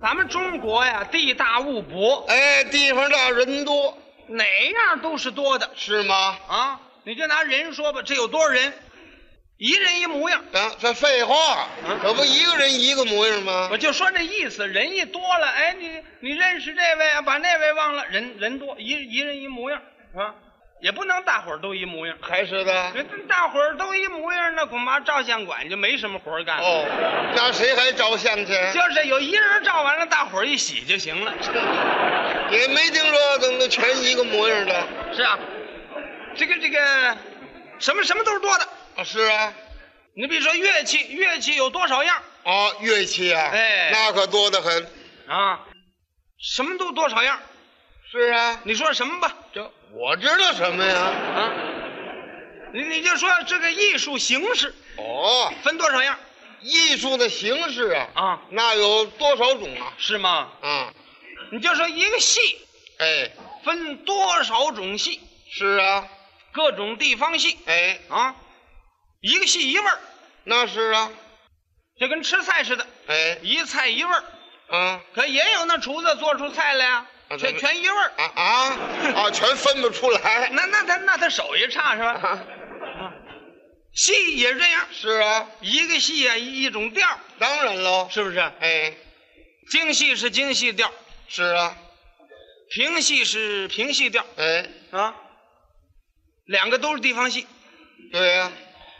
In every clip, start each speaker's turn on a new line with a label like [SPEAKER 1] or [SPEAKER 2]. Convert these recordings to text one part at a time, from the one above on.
[SPEAKER 1] 咱们中国呀，地大物博，
[SPEAKER 2] 哎，地方大人多
[SPEAKER 1] 哪样都是多的
[SPEAKER 2] 是吗？
[SPEAKER 1] 啊！你就拿人说吧，这有多少人？一人一模样，
[SPEAKER 2] 啊，这废话，可不一个人一个模样吗
[SPEAKER 1] 我？就说那意思，人一多了，哎，你你认识这位啊，把那位忘了，人人多，一一人一模样啊，也不能大伙儿都一模样。
[SPEAKER 2] 还是的。
[SPEAKER 1] 人家大伙儿都一模样，那恐怕照相馆就没什么活儿干了。
[SPEAKER 2] 哦，那谁还照相去？
[SPEAKER 1] 就是有一人照完了，大伙儿一洗就行了。
[SPEAKER 2] 也没听说怎么全一个模样的。
[SPEAKER 1] 是啊，这个这个，什么什么都是多的。
[SPEAKER 2] 啊，是啊。
[SPEAKER 1] 你比如说乐器，乐器有多少样
[SPEAKER 2] 哦，乐器啊，
[SPEAKER 1] 哎
[SPEAKER 2] 那可多得很。
[SPEAKER 1] 啊？什么都多少样？
[SPEAKER 2] 是啊，
[SPEAKER 1] 你说什么吧？
[SPEAKER 2] 这我知道什么呀？
[SPEAKER 1] 啊，你你就说这个艺术形式
[SPEAKER 2] 哦，
[SPEAKER 1] 分多少样
[SPEAKER 2] 艺术的形式啊，
[SPEAKER 1] 啊？
[SPEAKER 2] 那有多少种啊？
[SPEAKER 1] 是吗？
[SPEAKER 2] 啊，
[SPEAKER 1] 你就说一个戏
[SPEAKER 2] 哎，
[SPEAKER 1] 分多少种戏，
[SPEAKER 2] 是啊，
[SPEAKER 1] 各种地方戏
[SPEAKER 2] 哎，
[SPEAKER 1] 啊，一个戏一味儿，
[SPEAKER 2] 那是啊，
[SPEAKER 1] 就跟吃菜似的，
[SPEAKER 2] 哎，
[SPEAKER 1] 一菜一味儿。
[SPEAKER 2] 啊
[SPEAKER 1] 可也有那厨子做出菜来呀、
[SPEAKER 2] 啊咱
[SPEAKER 1] 全
[SPEAKER 2] 们
[SPEAKER 1] 全一味儿。
[SPEAKER 2] 啊啊啊，全分不出来。
[SPEAKER 1] 那那他那他手艺差是吧？
[SPEAKER 2] 啊
[SPEAKER 1] 戏也这样，
[SPEAKER 2] 是啊，
[SPEAKER 1] 一个戏啊一一种调儿，
[SPEAKER 2] 当然喽。
[SPEAKER 1] 是不是？
[SPEAKER 2] 哎，
[SPEAKER 1] 京戏是京戏调儿，
[SPEAKER 2] 是啊，
[SPEAKER 1] 评戏是评戏调
[SPEAKER 2] 哎，
[SPEAKER 1] 儿啊，两个都是地方戏。
[SPEAKER 2] 对啊呀、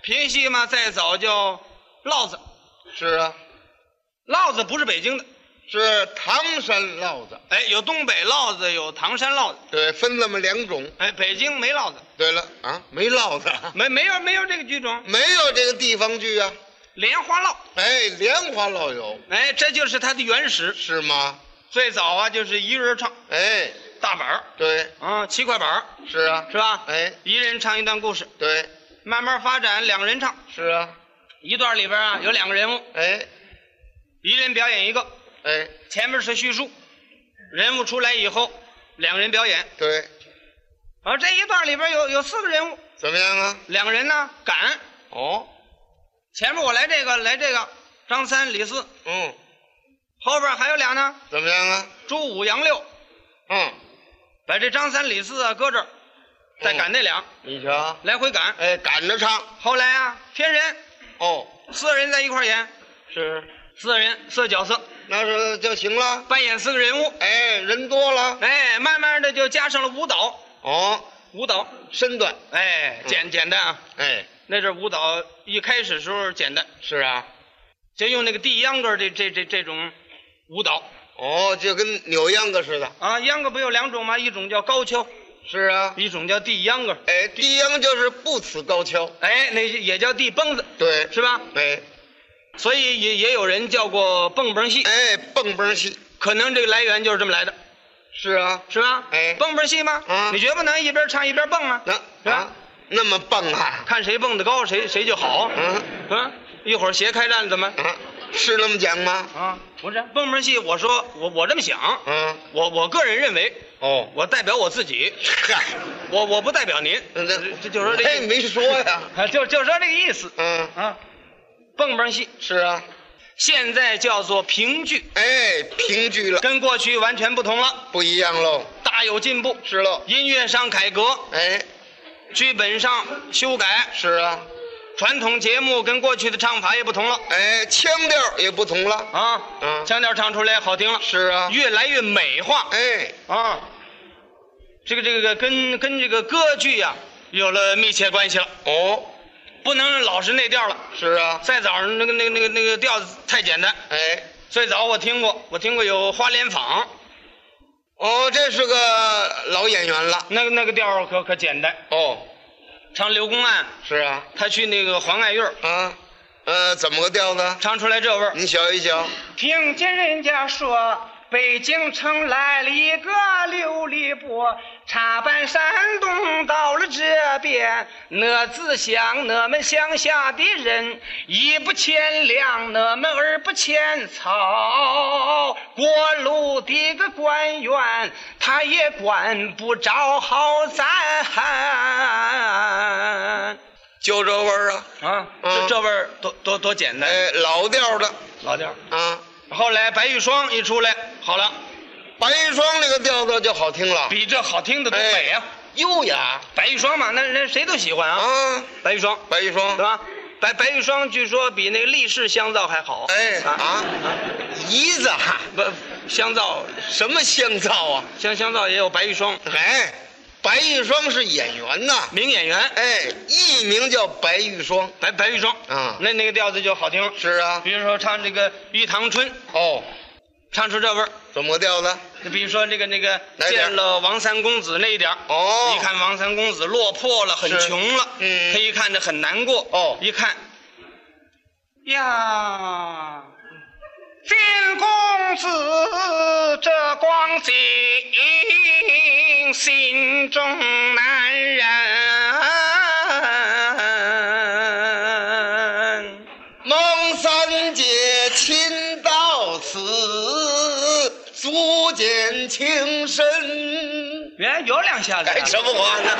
[SPEAKER 1] 评戏嘛，再早叫烙子，
[SPEAKER 2] 是啊，
[SPEAKER 1] 烙子不是北京的，
[SPEAKER 2] 是唐山烙子。
[SPEAKER 1] 哎，有东北烙子，有唐山烙子，
[SPEAKER 2] 对，分这么两种。
[SPEAKER 1] 哎，北京没烙子，
[SPEAKER 2] 对了啊，没烙子，
[SPEAKER 1] 没没有没有这个剧种，
[SPEAKER 2] 没有这个地方剧啊。
[SPEAKER 1] 莲花烙，
[SPEAKER 2] 哎，莲花烙有
[SPEAKER 1] 哎，这就是它的原始。
[SPEAKER 2] 是吗？
[SPEAKER 1] 最早啊，就是一人唱
[SPEAKER 2] 哎，
[SPEAKER 1] 大板儿
[SPEAKER 2] 对，
[SPEAKER 1] 啊，七块板儿
[SPEAKER 2] 是啊，
[SPEAKER 1] 是吧？
[SPEAKER 2] 哎，
[SPEAKER 1] 一人唱一段故事，
[SPEAKER 2] 对，
[SPEAKER 1] 慢慢发展，两人唱
[SPEAKER 2] 是啊，
[SPEAKER 1] 一段里边啊有两个人物，
[SPEAKER 2] 哎，
[SPEAKER 1] 一人表演一个，
[SPEAKER 2] 哎，
[SPEAKER 1] 前面是叙述，人物出来以后，两人表演。
[SPEAKER 2] 对，
[SPEAKER 1] 而这一段里边有有四个人物，
[SPEAKER 2] 怎么样啊？
[SPEAKER 1] 两个人呢赶，
[SPEAKER 2] 哦，
[SPEAKER 1] 前面我来这个来这个，张三李四，
[SPEAKER 2] 嗯，
[SPEAKER 1] 后边还有俩呢，
[SPEAKER 2] 怎么样啊？
[SPEAKER 1] 朱五杨六，
[SPEAKER 2] 嗯，
[SPEAKER 1] 把这张三李四啊搁这儿，再赶那俩，
[SPEAKER 2] 你瞧，
[SPEAKER 1] 来回赶。
[SPEAKER 2] 哎，赶着唱
[SPEAKER 1] 后来啊，天人
[SPEAKER 2] 哦，
[SPEAKER 1] 四个人在一块儿演，
[SPEAKER 2] 是，
[SPEAKER 1] 四个人四个角色
[SPEAKER 2] 那是就行了。
[SPEAKER 1] 扮演四个人物，
[SPEAKER 2] 哎，人多了
[SPEAKER 1] 哎，慢慢的就加上了舞蹈，
[SPEAKER 2] 哦，
[SPEAKER 1] 舞蹈，
[SPEAKER 2] 身段，
[SPEAKER 1] 哎，简简单啊，
[SPEAKER 2] 哎，
[SPEAKER 1] 那阵儿舞蹈一开始时候简单，
[SPEAKER 2] 是啊，
[SPEAKER 1] 就用那个地秧歌儿这这这这种舞蹈
[SPEAKER 2] 哦，就跟扭秧歌似的。
[SPEAKER 1] 啊，秧歌儿不有两种吗？一种叫高跷，
[SPEAKER 2] 是啊，
[SPEAKER 1] 一种叫地秧歌儿，
[SPEAKER 2] 哎，低秧就是不辞高跷。
[SPEAKER 1] 哎，那也叫地蹦子，
[SPEAKER 2] 对，
[SPEAKER 1] 是吧？
[SPEAKER 2] 哎，
[SPEAKER 1] 所以也也有人叫过蹦蹦戏，
[SPEAKER 2] 哎，蹦蹦戏。
[SPEAKER 1] 可能这个来源就是这么来的，
[SPEAKER 2] 是啊，
[SPEAKER 1] 是吧？
[SPEAKER 2] 哎
[SPEAKER 1] 蹦蹦戏吗？
[SPEAKER 2] 啊
[SPEAKER 1] 你绝不能一边唱一边蹦啊，
[SPEAKER 2] 那
[SPEAKER 1] 啊
[SPEAKER 2] 啊，那么蹦啊，
[SPEAKER 1] 看谁蹦得高，谁谁就好，
[SPEAKER 2] 嗯
[SPEAKER 1] 啊，一会儿斜开战怎么？
[SPEAKER 2] 啊，是那么讲吗？
[SPEAKER 1] 啊，不是蹦蹦戏，我说我我这么想，
[SPEAKER 2] 嗯，
[SPEAKER 1] 我我个人认为，
[SPEAKER 2] 哦，
[SPEAKER 1] 我代表我自己，
[SPEAKER 2] 嗨，
[SPEAKER 1] 我我不代表您，
[SPEAKER 2] 嗯那
[SPEAKER 1] 这就说这
[SPEAKER 2] 我也没说呀。
[SPEAKER 1] 啊就就说这个意思
[SPEAKER 2] 嗯，
[SPEAKER 1] 啊。蹦蹦戏
[SPEAKER 2] 是啊，
[SPEAKER 1] 现在叫做评剧，
[SPEAKER 2] 哎，平剧了，
[SPEAKER 1] 跟过去完全不同了，
[SPEAKER 2] 不一样喽，
[SPEAKER 1] 大有进步。
[SPEAKER 2] 是喽，
[SPEAKER 1] 音乐上改革，
[SPEAKER 2] 哎，
[SPEAKER 1] 剧本上修改，
[SPEAKER 2] 是啊，
[SPEAKER 1] 传统节目跟过去的唱法也不同了
[SPEAKER 2] 哎，腔调也不同了，
[SPEAKER 1] 啊，
[SPEAKER 2] 嗯
[SPEAKER 1] 腔调唱出来好听了，
[SPEAKER 2] 是啊，
[SPEAKER 1] 越来越美化
[SPEAKER 2] 哎，
[SPEAKER 1] 啊。这个这个跟跟这个歌剧呀、有了密切关系了。
[SPEAKER 2] 哦，
[SPEAKER 1] 不能老是那调了。
[SPEAKER 2] 是啊，
[SPEAKER 1] 再早上那个那个那个那个调子太简单。
[SPEAKER 2] 哎，
[SPEAKER 1] 最早我听过，我听过有花莲坊，
[SPEAKER 2] 哦，这是个老演员了，
[SPEAKER 1] 那个那个调儿可可简单。
[SPEAKER 2] 哦，
[SPEAKER 1] 唱刘公案，
[SPEAKER 2] 是啊，
[SPEAKER 1] 他去那个黄爱院儿
[SPEAKER 2] 啊，呃，怎么个调呢？
[SPEAKER 1] 唱出来这味儿。
[SPEAKER 2] 你瞧一瞧，
[SPEAKER 1] 听见人家说，北京城来了一个琉璃波，插班山东到了这边，我只想我们乡下的人，一不欠粮，我们二不欠草。过路的个官员，他也管不着好咱。
[SPEAKER 2] 就这味儿啊，
[SPEAKER 1] 啊，
[SPEAKER 2] 嗯
[SPEAKER 1] 这这味儿多多多简单，
[SPEAKER 2] 哎，老调的
[SPEAKER 1] 老调儿。
[SPEAKER 2] 啊，
[SPEAKER 1] 后来白玉霜一出来，好了，
[SPEAKER 2] 白玉霜这个调调就好听了，
[SPEAKER 1] 比这好听的多
[SPEAKER 2] 哎
[SPEAKER 1] 美呀、啊
[SPEAKER 2] 优雅
[SPEAKER 1] 白玉霜嘛，那那谁都喜欢啊。
[SPEAKER 2] 啊！
[SPEAKER 1] 白玉霜，
[SPEAKER 2] 白玉
[SPEAKER 1] 对
[SPEAKER 2] 霜，
[SPEAKER 1] 吧？白白玉霜据说比那个力士香皂还好。
[SPEAKER 2] 哎啊，姨子啊，
[SPEAKER 1] 不，香皂
[SPEAKER 2] 什么香皂啊？
[SPEAKER 1] 香香皂也有白玉霜，
[SPEAKER 2] 哎，白玉霜是演员呐，
[SPEAKER 1] 名演员
[SPEAKER 2] 哎，艺名叫白玉霜。
[SPEAKER 1] 白白玉霜
[SPEAKER 2] 啊
[SPEAKER 1] 那那个调子就好听了。
[SPEAKER 2] 是啊，
[SPEAKER 1] 比如说唱这个《玉堂春》，
[SPEAKER 2] 哦，
[SPEAKER 1] 唱出这味儿。
[SPEAKER 2] 怎么个调子？
[SPEAKER 1] 比如说这个那个
[SPEAKER 2] 哪点儿
[SPEAKER 1] 见了王三公子那一点儿
[SPEAKER 2] 哦
[SPEAKER 1] 一看王三公子落魄了，很
[SPEAKER 2] 是
[SPEAKER 1] 穷了，
[SPEAKER 2] 嗯
[SPEAKER 1] 他一看这很难过，
[SPEAKER 2] 哦
[SPEAKER 1] 一看，呀，见公子这光景，心中难忍。
[SPEAKER 2] 孟三姐亲到此，足见情深。
[SPEAKER 1] 原来有两下子、啊，
[SPEAKER 2] 哎，什么话呢？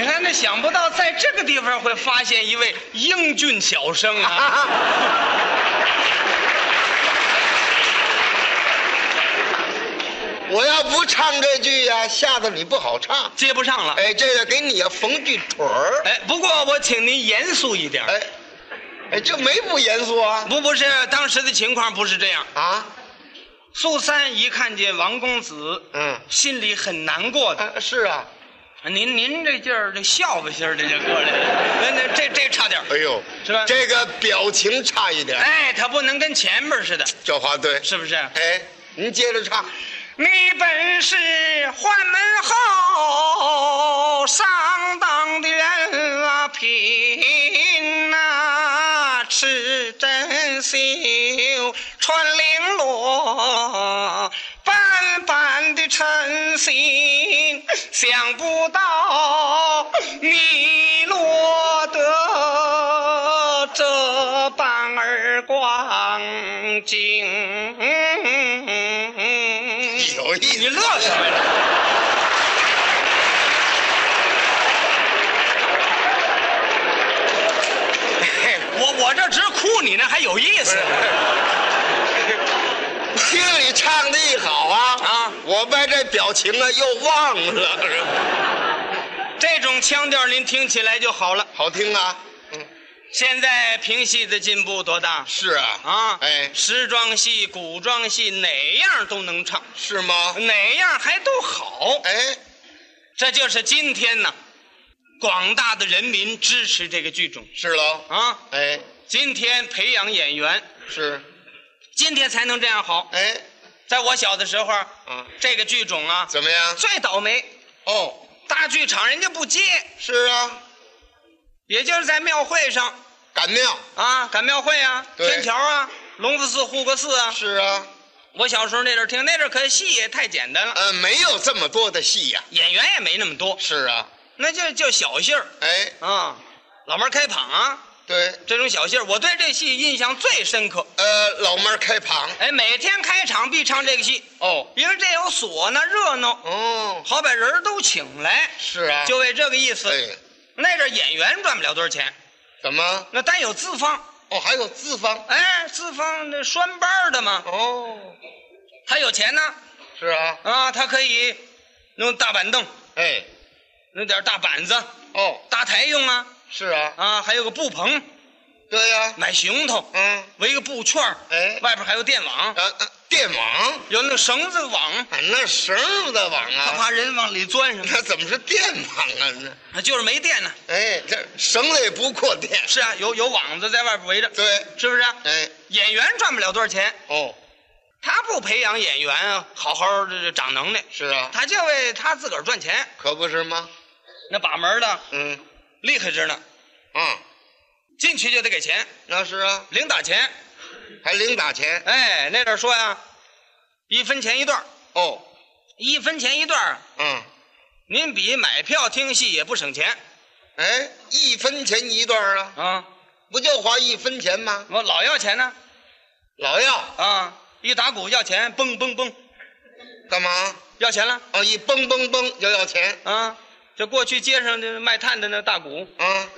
[SPEAKER 1] 你看，那想不到在这个地方会发现一位英俊小生 啊！
[SPEAKER 2] 我要不唱这句呀、下头你不好唱。
[SPEAKER 1] 接不上了。
[SPEAKER 2] 哎，这个给你呀、缝句腿儿。
[SPEAKER 1] 哎，不过我请您严肃一点。
[SPEAKER 2] 哎，哎，这没不严肃啊？
[SPEAKER 1] 不，不是当时的情况不是这样。
[SPEAKER 2] 啊，
[SPEAKER 1] 苏三一看见王公子，
[SPEAKER 2] 嗯，
[SPEAKER 1] 心里很难过的。
[SPEAKER 2] 啊是啊。
[SPEAKER 1] 您您这劲儿，这笑吧心儿的就过来了。那那这这差点儿。
[SPEAKER 2] 哎呦，
[SPEAKER 1] 是吧
[SPEAKER 2] 这个表情差一点，
[SPEAKER 1] 哎，他不能跟前边儿似的，
[SPEAKER 2] 这话对。
[SPEAKER 1] 是不是？
[SPEAKER 2] 哎，您接着唱。
[SPEAKER 1] 你本是宦门后上当的人啊，品啊，吃珍馐，穿绫罗，斑斑的称心，想不到你落得这般儿光景。
[SPEAKER 2] 有意思
[SPEAKER 1] 你乐什么呀？我我这直哭，你那还有意思？
[SPEAKER 2] 听你唱的一好啊
[SPEAKER 1] 啊！
[SPEAKER 2] 我把这表情啊又忘了，是吧
[SPEAKER 1] 这种腔调您听起来就好了。
[SPEAKER 2] 好听啊！嗯，
[SPEAKER 1] 现在评戏的进步多大
[SPEAKER 2] 是啊
[SPEAKER 1] 啊？
[SPEAKER 2] 哎，
[SPEAKER 1] 时装戏、古装戏哪样都能唱，
[SPEAKER 2] 是吗？
[SPEAKER 1] 哪样还都好。
[SPEAKER 2] 哎，
[SPEAKER 1] 这就是今天呢，广大的人民支持这个剧种
[SPEAKER 2] 是喽。
[SPEAKER 1] 啊。
[SPEAKER 2] 哎，
[SPEAKER 1] 今天培养演员，
[SPEAKER 2] 是，
[SPEAKER 1] 今天才能这样好。
[SPEAKER 2] 哎，
[SPEAKER 1] 在我小的时候，
[SPEAKER 2] 啊，
[SPEAKER 1] 这个剧种啊，
[SPEAKER 2] 怎么样？
[SPEAKER 1] 最倒霉，
[SPEAKER 2] 哦，
[SPEAKER 1] 大剧场人家不接，
[SPEAKER 2] 是啊，
[SPEAKER 1] 也就是在庙会上
[SPEAKER 2] 赶庙
[SPEAKER 1] 啊，赶庙会啊，
[SPEAKER 2] 对
[SPEAKER 1] 天桥啊，隆福寺、护国寺啊。
[SPEAKER 2] 是啊，
[SPEAKER 1] 我小时候那阵儿听，那阵儿可戏也太简单了，
[SPEAKER 2] 呃，没有这么多的戏呀、
[SPEAKER 1] 演员也没那么多，
[SPEAKER 2] 是啊，
[SPEAKER 1] 那就就小戏儿
[SPEAKER 2] 哎，
[SPEAKER 1] 啊，老门开膀啊，
[SPEAKER 2] 对，
[SPEAKER 1] 这种小戏儿，我对这戏印象最深刻。
[SPEAKER 2] 呃，老妹儿开旁，
[SPEAKER 1] 哎，每天开场必唱这个戏，
[SPEAKER 2] 哦，
[SPEAKER 1] 因为这有唢呐热闹，
[SPEAKER 2] 哦，
[SPEAKER 1] 好把人儿都请来，
[SPEAKER 2] 是啊，
[SPEAKER 1] 就为这个意思。
[SPEAKER 2] 哎，
[SPEAKER 1] 那阵儿演员赚不了多少钱，
[SPEAKER 2] 怎么？
[SPEAKER 1] 那单有资方，
[SPEAKER 2] 哦，还有资方，
[SPEAKER 1] 哎，资方那拴班儿的嘛，
[SPEAKER 2] 哦，
[SPEAKER 1] 他有钱呢，
[SPEAKER 2] 是啊，
[SPEAKER 1] 啊，他可以弄大板凳，
[SPEAKER 2] 哎，
[SPEAKER 1] 弄点大板子，
[SPEAKER 2] 哦，
[SPEAKER 1] 搭台用啊，
[SPEAKER 2] 是啊，
[SPEAKER 1] 啊，还有个布棚，
[SPEAKER 2] 对呀、
[SPEAKER 1] 买行头，
[SPEAKER 2] 嗯，
[SPEAKER 1] 围个布圈儿，
[SPEAKER 2] 哎
[SPEAKER 1] 外边还有电网，
[SPEAKER 2] 呃，呃电网，
[SPEAKER 1] 有那绳子网，
[SPEAKER 2] 啊那绳儿不得网
[SPEAKER 1] 他
[SPEAKER 2] 啊，
[SPEAKER 1] 怕人往里钻什么
[SPEAKER 2] 那怎么是电网啊？那，
[SPEAKER 1] 啊，就是没电呢。
[SPEAKER 2] 哎，这绳子也不扩电，
[SPEAKER 1] 是啊，有有网子在外边围着，
[SPEAKER 2] 对，
[SPEAKER 1] 是不是啊？
[SPEAKER 2] 哎，
[SPEAKER 1] 演员赚不了多少钱，
[SPEAKER 2] 哦，
[SPEAKER 1] 他不培养演员啊，好好这这长能耐，
[SPEAKER 2] 是啊，
[SPEAKER 1] 他就为他自个儿赚钱。
[SPEAKER 2] 可不是吗？
[SPEAKER 1] 那把门的
[SPEAKER 2] 嗯，
[SPEAKER 1] 厉害着呢，
[SPEAKER 2] 啊，
[SPEAKER 1] 进去就得给钱，
[SPEAKER 2] 那是啊，
[SPEAKER 1] 零打钱。
[SPEAKER 2] 还零打钱，
[SPEAKER 1] 哎，那阵儿说呀，一分钱一段儿，
[SPEAKER 2] 哦，
[SPEAKER 1] 一分钱一段儿，
[SPEAKER 2] 嗯，
[SPEAKER 1] 您比买票听戏也不省钱
[SPEAKER 2] 哎，一分钱一段儿啊，
[SPEAKER 1] 啊！
[SPEAKER 2] 不就花一分钱吗？
[SPEAKER 1] 我老要钱呢
[SPEAKER 2] 老要
[SPEAKER 1] 啊！一打鼓要钱，蹦蹦蹦，
[SPEAKER 2] 干嘛？
[SPEAKER 1] 要钱了
[SPEAKER 2] 哦，一蹦蹦蹦就要钱
[SPEAKER 1] 啊！就过去街上那卖炭的那大鼓，
[SPEAKER 2] 啊，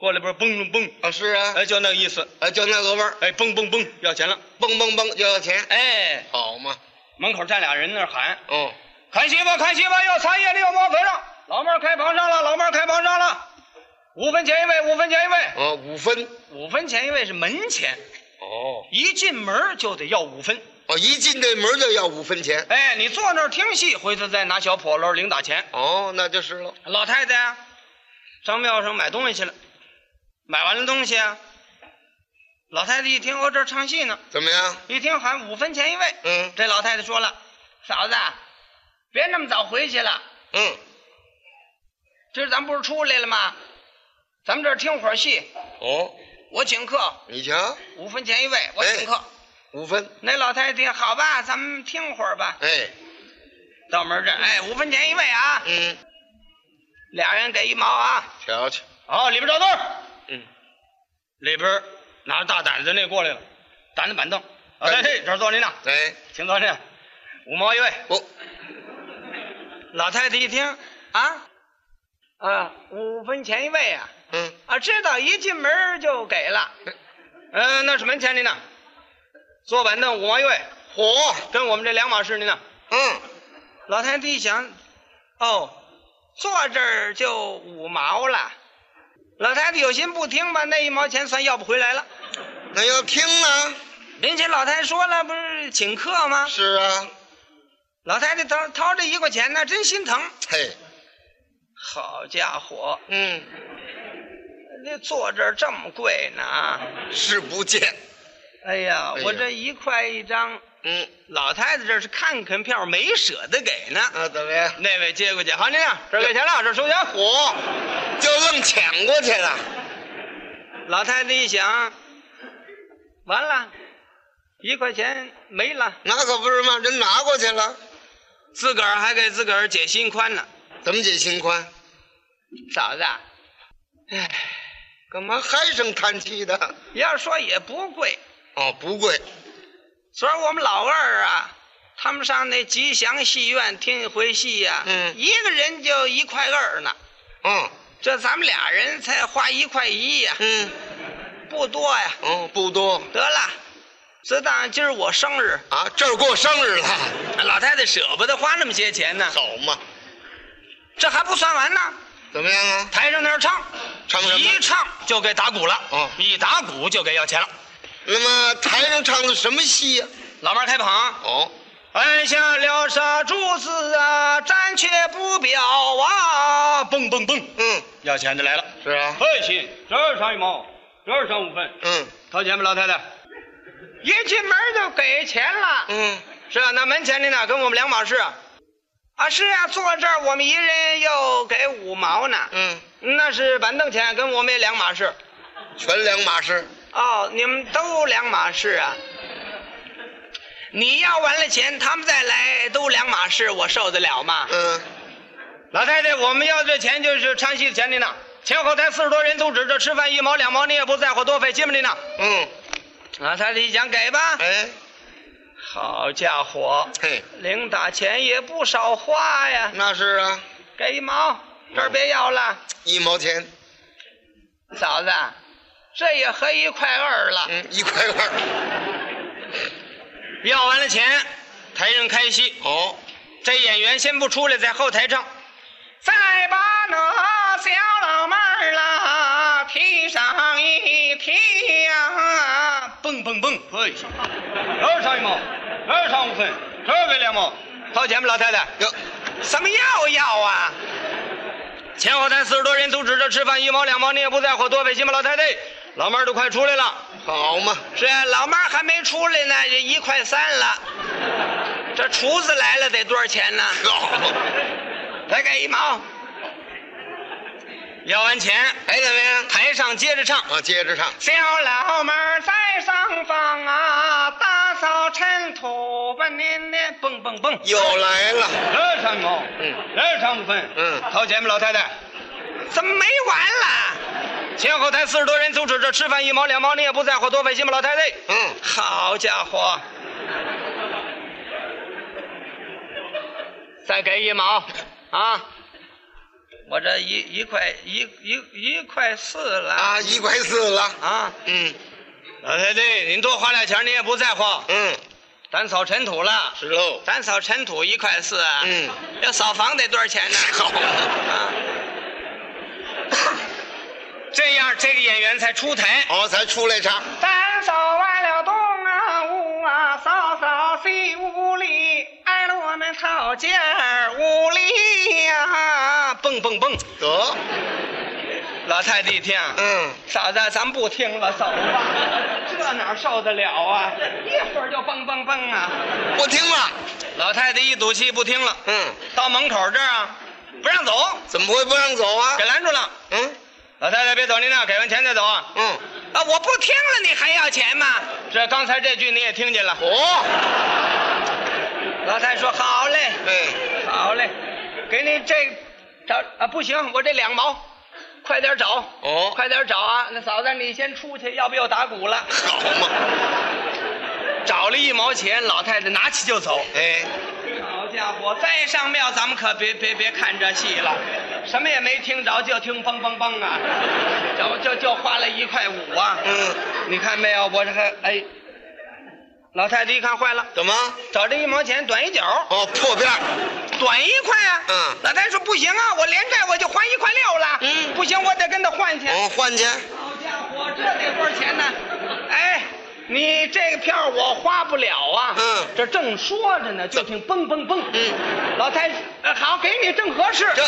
[SPEAKER 1] 过来不是蹦蹦蹦，
[SPEAKER 2] 啊，是啊，
[SPEAKER 1] 哎，就那个意思，
[SPEAKER 2] 啊，就那个味儿，
[SPEAKER 1] 哎，蹦蹦蹦，要钱了，
[SPEAKER 2] 蹦蹦蹦就要钱，
[SPEAKER 1] 哎，
[SPEAKER 2] 好嘛，
[SPEAKER 1] 门口站俩人那儿喊，
[SPEAKER 2] 哦，
[SPEAKER 1] 看媳妇，看媳妇，要茶叶的，要毛肥肉，老妹儿开房上了，老妹儿开房上了，五分钱一位，五分钱一位，
[SPEAKER 2] 哦，五分，
[SPEAKER 1] 五分钱一位是门钱，
[SPEAKER 2] 哦，
[SPEAKER 1] 一进门就得要五分。
[SPEAKER 2] 哦，一进这门就要五分钱，
[SPEAKER 1] 哎，你坐那儿听戏，回头再拿小笸箩零打钱。
[SPEAKER 2] 哦，那就是了，
[SPEAKER 1] 老太太啊，上庙上买东西去了，买完了东西啊，老太太一听哦我这儿唱戏呢，
[SPEAKER 2] 怎么样？
[SPEAKER 1] 一听喊五分钱一位，
[SPEAKER 2] 嗯
[SPEAKER 1] 这老太太说了，嫂子，啊别那么早回去了，
[SPEAKER 2] 嗯，
[SPEAKER 1] 今儿咱不是出来了吗？咱们这儿听会儿戏，
[SPEAKER 2] 哦，
[SPEAKER 1] 我请客，
[SPEAKER 2] 你瞧，
[SPEAKER 1] 五分钱一位，我请客。
[SPEAKER 2] 五分，
[SPEAKER 1] 那老太太听好吧，咱们听会儿吧。
[SPEAKER 2] 哎，
[SPEAKER 1] 到门这儿，哎，五分钱一位啊，
[SPEAKER 2] 嗯，
[SPEAKER 1] 俩人给一毛啊。
[SPEAKER 2] 瞧瞧，
[SPEAKER 1] 好，里边找座。
[SPEAKER 2] 嗯，
[SPEAKER 1] 里边拿着大胆子那过来了，胆子板凳。啊，
[SPEAKER 2] 板凳
[SPEAKER 1] 这这儿坐您呢，
[SPEAKER 2] 哎，哦
[SPEAKER 1] 请坐您。五毛一位。
[SPEAKER 2] 我，
[SPEAKER 1] 老太太一听啊啊，五分钱一位啊
[SPEAKER 2] 嗯，
[SPEAKER 1] 啊，知道一进门就给了。嗯、那是门钱您呢，坐板凳五毛一位，
[SPEAKER 2] 火，
[SPEAKER 1] 跟我们这两码事您呢。
[SPEAKER 2] 嗯，
[SPEAKER 1] 老太太一想，哦，坐这儿就五毛了。老太太有心不听吧，那一毛钱算要不回来了。
[SPEAKER 2] 那要听呢？
[SPEAKER 1] 人家老太太说了，不是请客吗？
[SPEAKER 2] 是啊，
[SPEAKER 1] 老太太掏掏这一块钱呢，真心疼。
[SPEAKER 2] 嘿，
[SPEAKER 1] 好家伙，
[SPEAKER 2] 嗯，
[SPEAKER 1] 那坐这儿这么贵呢啊！
[SPEAKER 2] 是不见，
[SPEAKER 1] 哎呀
[SPEAKER 2] 哎，呀
[SPEAKER 1] 我这一块一张，
[SPEAKER 2] 嗯，
[SPEAKER 1] 老太太这是看看票，没舍得给呢。
[SPEAKER 2] 啊，怎么样？
[SPEAKER 1] 那位接过去，好，您俩这儿给钱了，这儿收钱。
[SPEAKER 2] 我就愣抢过去了。
[SPEAKER 1] 老太太一想，完了，一块钱没了，
[SPEAKER 2] 那可不是嘛，人拿过去了，
[SPEAKER 1] 自个儿还给自个儿解心宽呢。
[SPEAKER 2] 怎么解心宽？
[SPEAKER 1] 嫂子啊，哎，
[SPEAKER 2] 干嘛唉声叹气的？
[SPEAKER 1] 要说也不贵，
[SPEAKER 2] 哦，不贵，
[SPEAKER 1] 昨儿我们老二啊，他们上那吉祥戏院听一回戏呀、
[SPEAKER 2] 嗯
[SPEAKER 1] 一个人就一块二呢，
[SPEAKER 2] 嗯
[SPEAKER 1] 这咱们俩人才花一块一呀、
[SPEAKER 2] 嗯，
[SPEAKER 1] 不多呀。
[SPEAKER 2] 哦，不多
[SPEAKER 1] 得了，自当今儿我生日，
[SPEAKER 2] 啊，这儿过生日了，
[SPEAKER 1] 老太太舍不得花那么些钱呢，
[SPEAKER 2] 好嘛？
[SPEAKER 1] 这还不算完呢，
[SPEAKER 2] 怎么样啊？
[SPEAKER 1] 台上那儿唱，
[SPEAKER 2] 唱什么
[SPEAKER 1] 一唱就给打鼓了，
[SPEAKER 2] 哦
[SPEAKER 1] 一打鼓就给要钱了。
[SPEAKER 2] 那么台上唱的什么戏呀、
[SPEAKER 1] 老妈儿开捧啊，
[SPEAKER 2] 哦，
[SPEAKER 1] 按下了杀柱子啊，暂且不表啊，蹦蹦蹦，
[SPEAKER 2] 嗯，
[SPEAKER 1] 要钱的来了。
[SPEAKER 2] 是啊，
[SPEAKER 1] 嘿，亲，这儿上一毛，这儿上五分，
[SPEAKER 2] 嗯
[SPEAKER 1] 掏钱吧，老太太。一进门就给钱了。
[SPEAKER 2] 嗯，
[SPEAKER 1] 是啊，那门前的呢，跟我们两码事啊。啊，是啊，坐这儿我们一人又给五毛呢。
[SPEAKER 2] 嗯，
[SPEAKER 1] 那是板凳钱，跟我们也两码事。
[SPEAKER 2] 全两码事。
[SPEAKER 1] 哦，你们都两码事啊。你要完了钱，他们再来都两码事，我受得了吗？
[SPEAKER 2] 嗯，
[SPEAKER 1] 老太太，我们要这钱就是唱戏的钱的呢。前后台四十多人都指着吃饭一毛两毛，你也不在乎多费劲吧的呢。
[SPEAKER 2] 嗯，
[SPEAKER 1] 老太太一讲给吧，
[SPEAKER 2] 哎，
[SPEAKER 1] 好家伙，
[SPEAKER 2] 嘿，
[SPEAKER 1] 零打钱也不少花呀，
[SPEAKER 2] 那是啊，
[SPEAKER 1] 给一毛，这儿别要了，
[SPEAKER 2] 一毛钱，
[SPEAKER 1] 嫂子，这也合一块二了。
[SPEAKER 2] 嗯，一块二。
[SPEAKER 1] 要完了钱，台上开戏，
[SPEAKER 2] 哦，
[SPEAKER 1] 这演员先不出来，在后台唱。再把那小老妹儿啦提上一提呀、蹦蹦蹦！哎，这儿上一毛，这儿上五分，这儿给两毛，掏钱吧，老太太。
[SPEAKER 2] 哟，
[SPEAKER 1] 什么要要啊？前后台四十多人都指着吃饭，一毛两毛你也不在乎，多费心吧，老太太。老妹儿都快出来了，
[SPEAKER 2] 好嘛，
[SPEAKER 1] 是啊老妹儿还没出来呢，这一块三了。这厨子来了得多少钱呢？
[SPEAKER 2] 好嘛。
[SPEAKER 1] 来给一毛。要完钱，
[SPEAKER 2] 哎，怎么样？
[SPEAKER 1] 台上接着唱。
[SPEAKER 2] 啊，接着唱。
[SPEAKER 1] 小老妹儿在上方啊，打扫尘土吧，您您蹦蹦蹦。
[SPEAKER 2] 又来了，
[SPEAKER 1] 这唱毛，
[SPEAKER 2] 嗯，
[SPEAKER 1] 这唱五分，
[SPEAKER 2] 嗯
[SPEAKER 1] 掏钱吧，老太太。怎么没完了？前后台四十多人阻止着吃饭，一毛两毛你也不在乎，多费心吧，老太太。
[SPEAKER 2] 嗯，
[SPEAKER 1] 好家伙！再给一毛，啊！我这一一块一一一块四了
[SPEAKER 2] 啊，一块四了。
[SPEAKER 1] 啊！
[SPEAKER 2] 嗯
[SPEAKER 1] 老太太，您多花点钱，您也不在乎。
[SPEAKER 2] 嗯，
[SPEAKER 1] 咱扫尘土了，
[SPEAKER 2] 是喽。
[SPEAKER 1] 咱扫尘土一块四啊。
[SPEAKER 2] 嗯，
[SPEAKER 1] 要扫房得多少钱 呢？
[SPEAKER 2] 好，
[SPEAKER 1] 啊， 这样这个演员才出台。
[SPEAKER 2] 哦，才出来唱。
[SPEAKER 1] 咱扫完了东啊屋啊，扫扫西屋里，挨了我们草间儿屋里呀、蹦蹦蹦！
[SPEAKER 2] 得，
[SPEAKER 1] 老太太一听，啊
[SPEAKER 2] 嗯，
[SPEAKER 1] 嫂子，咱不听了，走吧，这哪受得了啊？一会儿就蹦蹦蹦啊！
[SPEAKER 2] 不听了。
[SPEAKER 1] 老太太一赌气不听了，
[SPEAKER 2] 嗯，
[SPEAKER 1] 到门口这儿啊，不让走，
[SPEAKER 2] 怎么会不让走啊
[SPEAKER 1] 给？拦住了。
[SPEAKER 2] 嗯
[SPEAKER 1] 老太太别走，您那给完钱再走啊！
[SPEAKER 2] 嗯，
[SPEAKER 1] 啊，我不听了，你还要钱吗？这刚才这句你也听见了。
[SPEAKER 2] 哦，
[SPEAKER 1] 老太太说：“好嘞，
[SPEAKER 2] 哎，
[SPEAKER 1] 好嘞，给你这找啊，不行，我这两毛，快点找，
[SPEAKER 2] 哦
[SPEAKER 1] 快点找啊！那嫂子你先出去，要不要打鼓了？
[SPEAKER 2] 好嘛，
[SPEAKER 1] 找了一毛钱，老太太拿起就走。
[SPEAKER 2] 哎，
[SPEAKER 1] 好家伙，再上庙咱们可别别别看这戏了，什么也没听着，就听梆梆梆啊，就就就花了一块五啊！
[SPEAKER 2] 嗯，
[SPEAKER 1] 你看没有，我这还哎，老太太一看坏了，
[SPEAKER 2] 怎么？
[SPEAKER 1] 找这一毛钱短一角。”
[SPEAKER 2] 哦，破辫儿
[SPEAKER 1] 短一块啊！
[SPEAKER 2] 嗯
[SPEAKER 1] 老太太说不行啊，我连债我就还一块六了。
[SPEAKER 2] 嗯
[SPEAKER 1] 不行，我得跟他换去。
[SPEAKER 2] 哦，换去。
[SPEAKER 1] 好家伙，这得多少钱呢？哎，你这个票我花不了啊。
[SPEAKER 2] 嗯
[SPEAKER 1] 这正说着呢，就听蹦蹦蹦。
[SPEAKER 2] 嗯，
[SPEAKER 1] 老太太、呃好，给你正合适。
[SPEAKER 2] 这，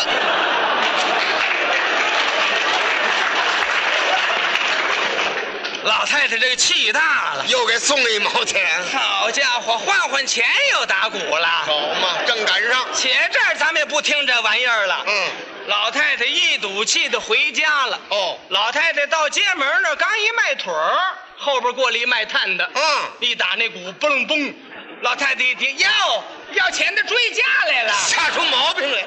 [SPEAKER 1] 老太太这个气大了。
[SPEAKER 2] 又给送了一毛钱。
[SPEAKER 1] 好家伙，换换钱又打鼓了。
[SPEAKER 2] 好嘛，正赶上。
[SPEAKER 1] 且这儿咱们也不听这玩意儿了。
[SPEAKER 2] 嗯，
[SPEAKER 1] 老太太一赌气的回家了。
[SPEAKER 2] 哦，
[SPEAKER 1] 老太太到街门那儿刚一迈腿儿，后边过来一卖炭的，
[SPEAKER 2] 嗯，
[SPEAKER 1] 一打那鼓嘣嘣，老太太一听，哟，要钱的追家来了，
[SPEAKER 2] 吓出毛病来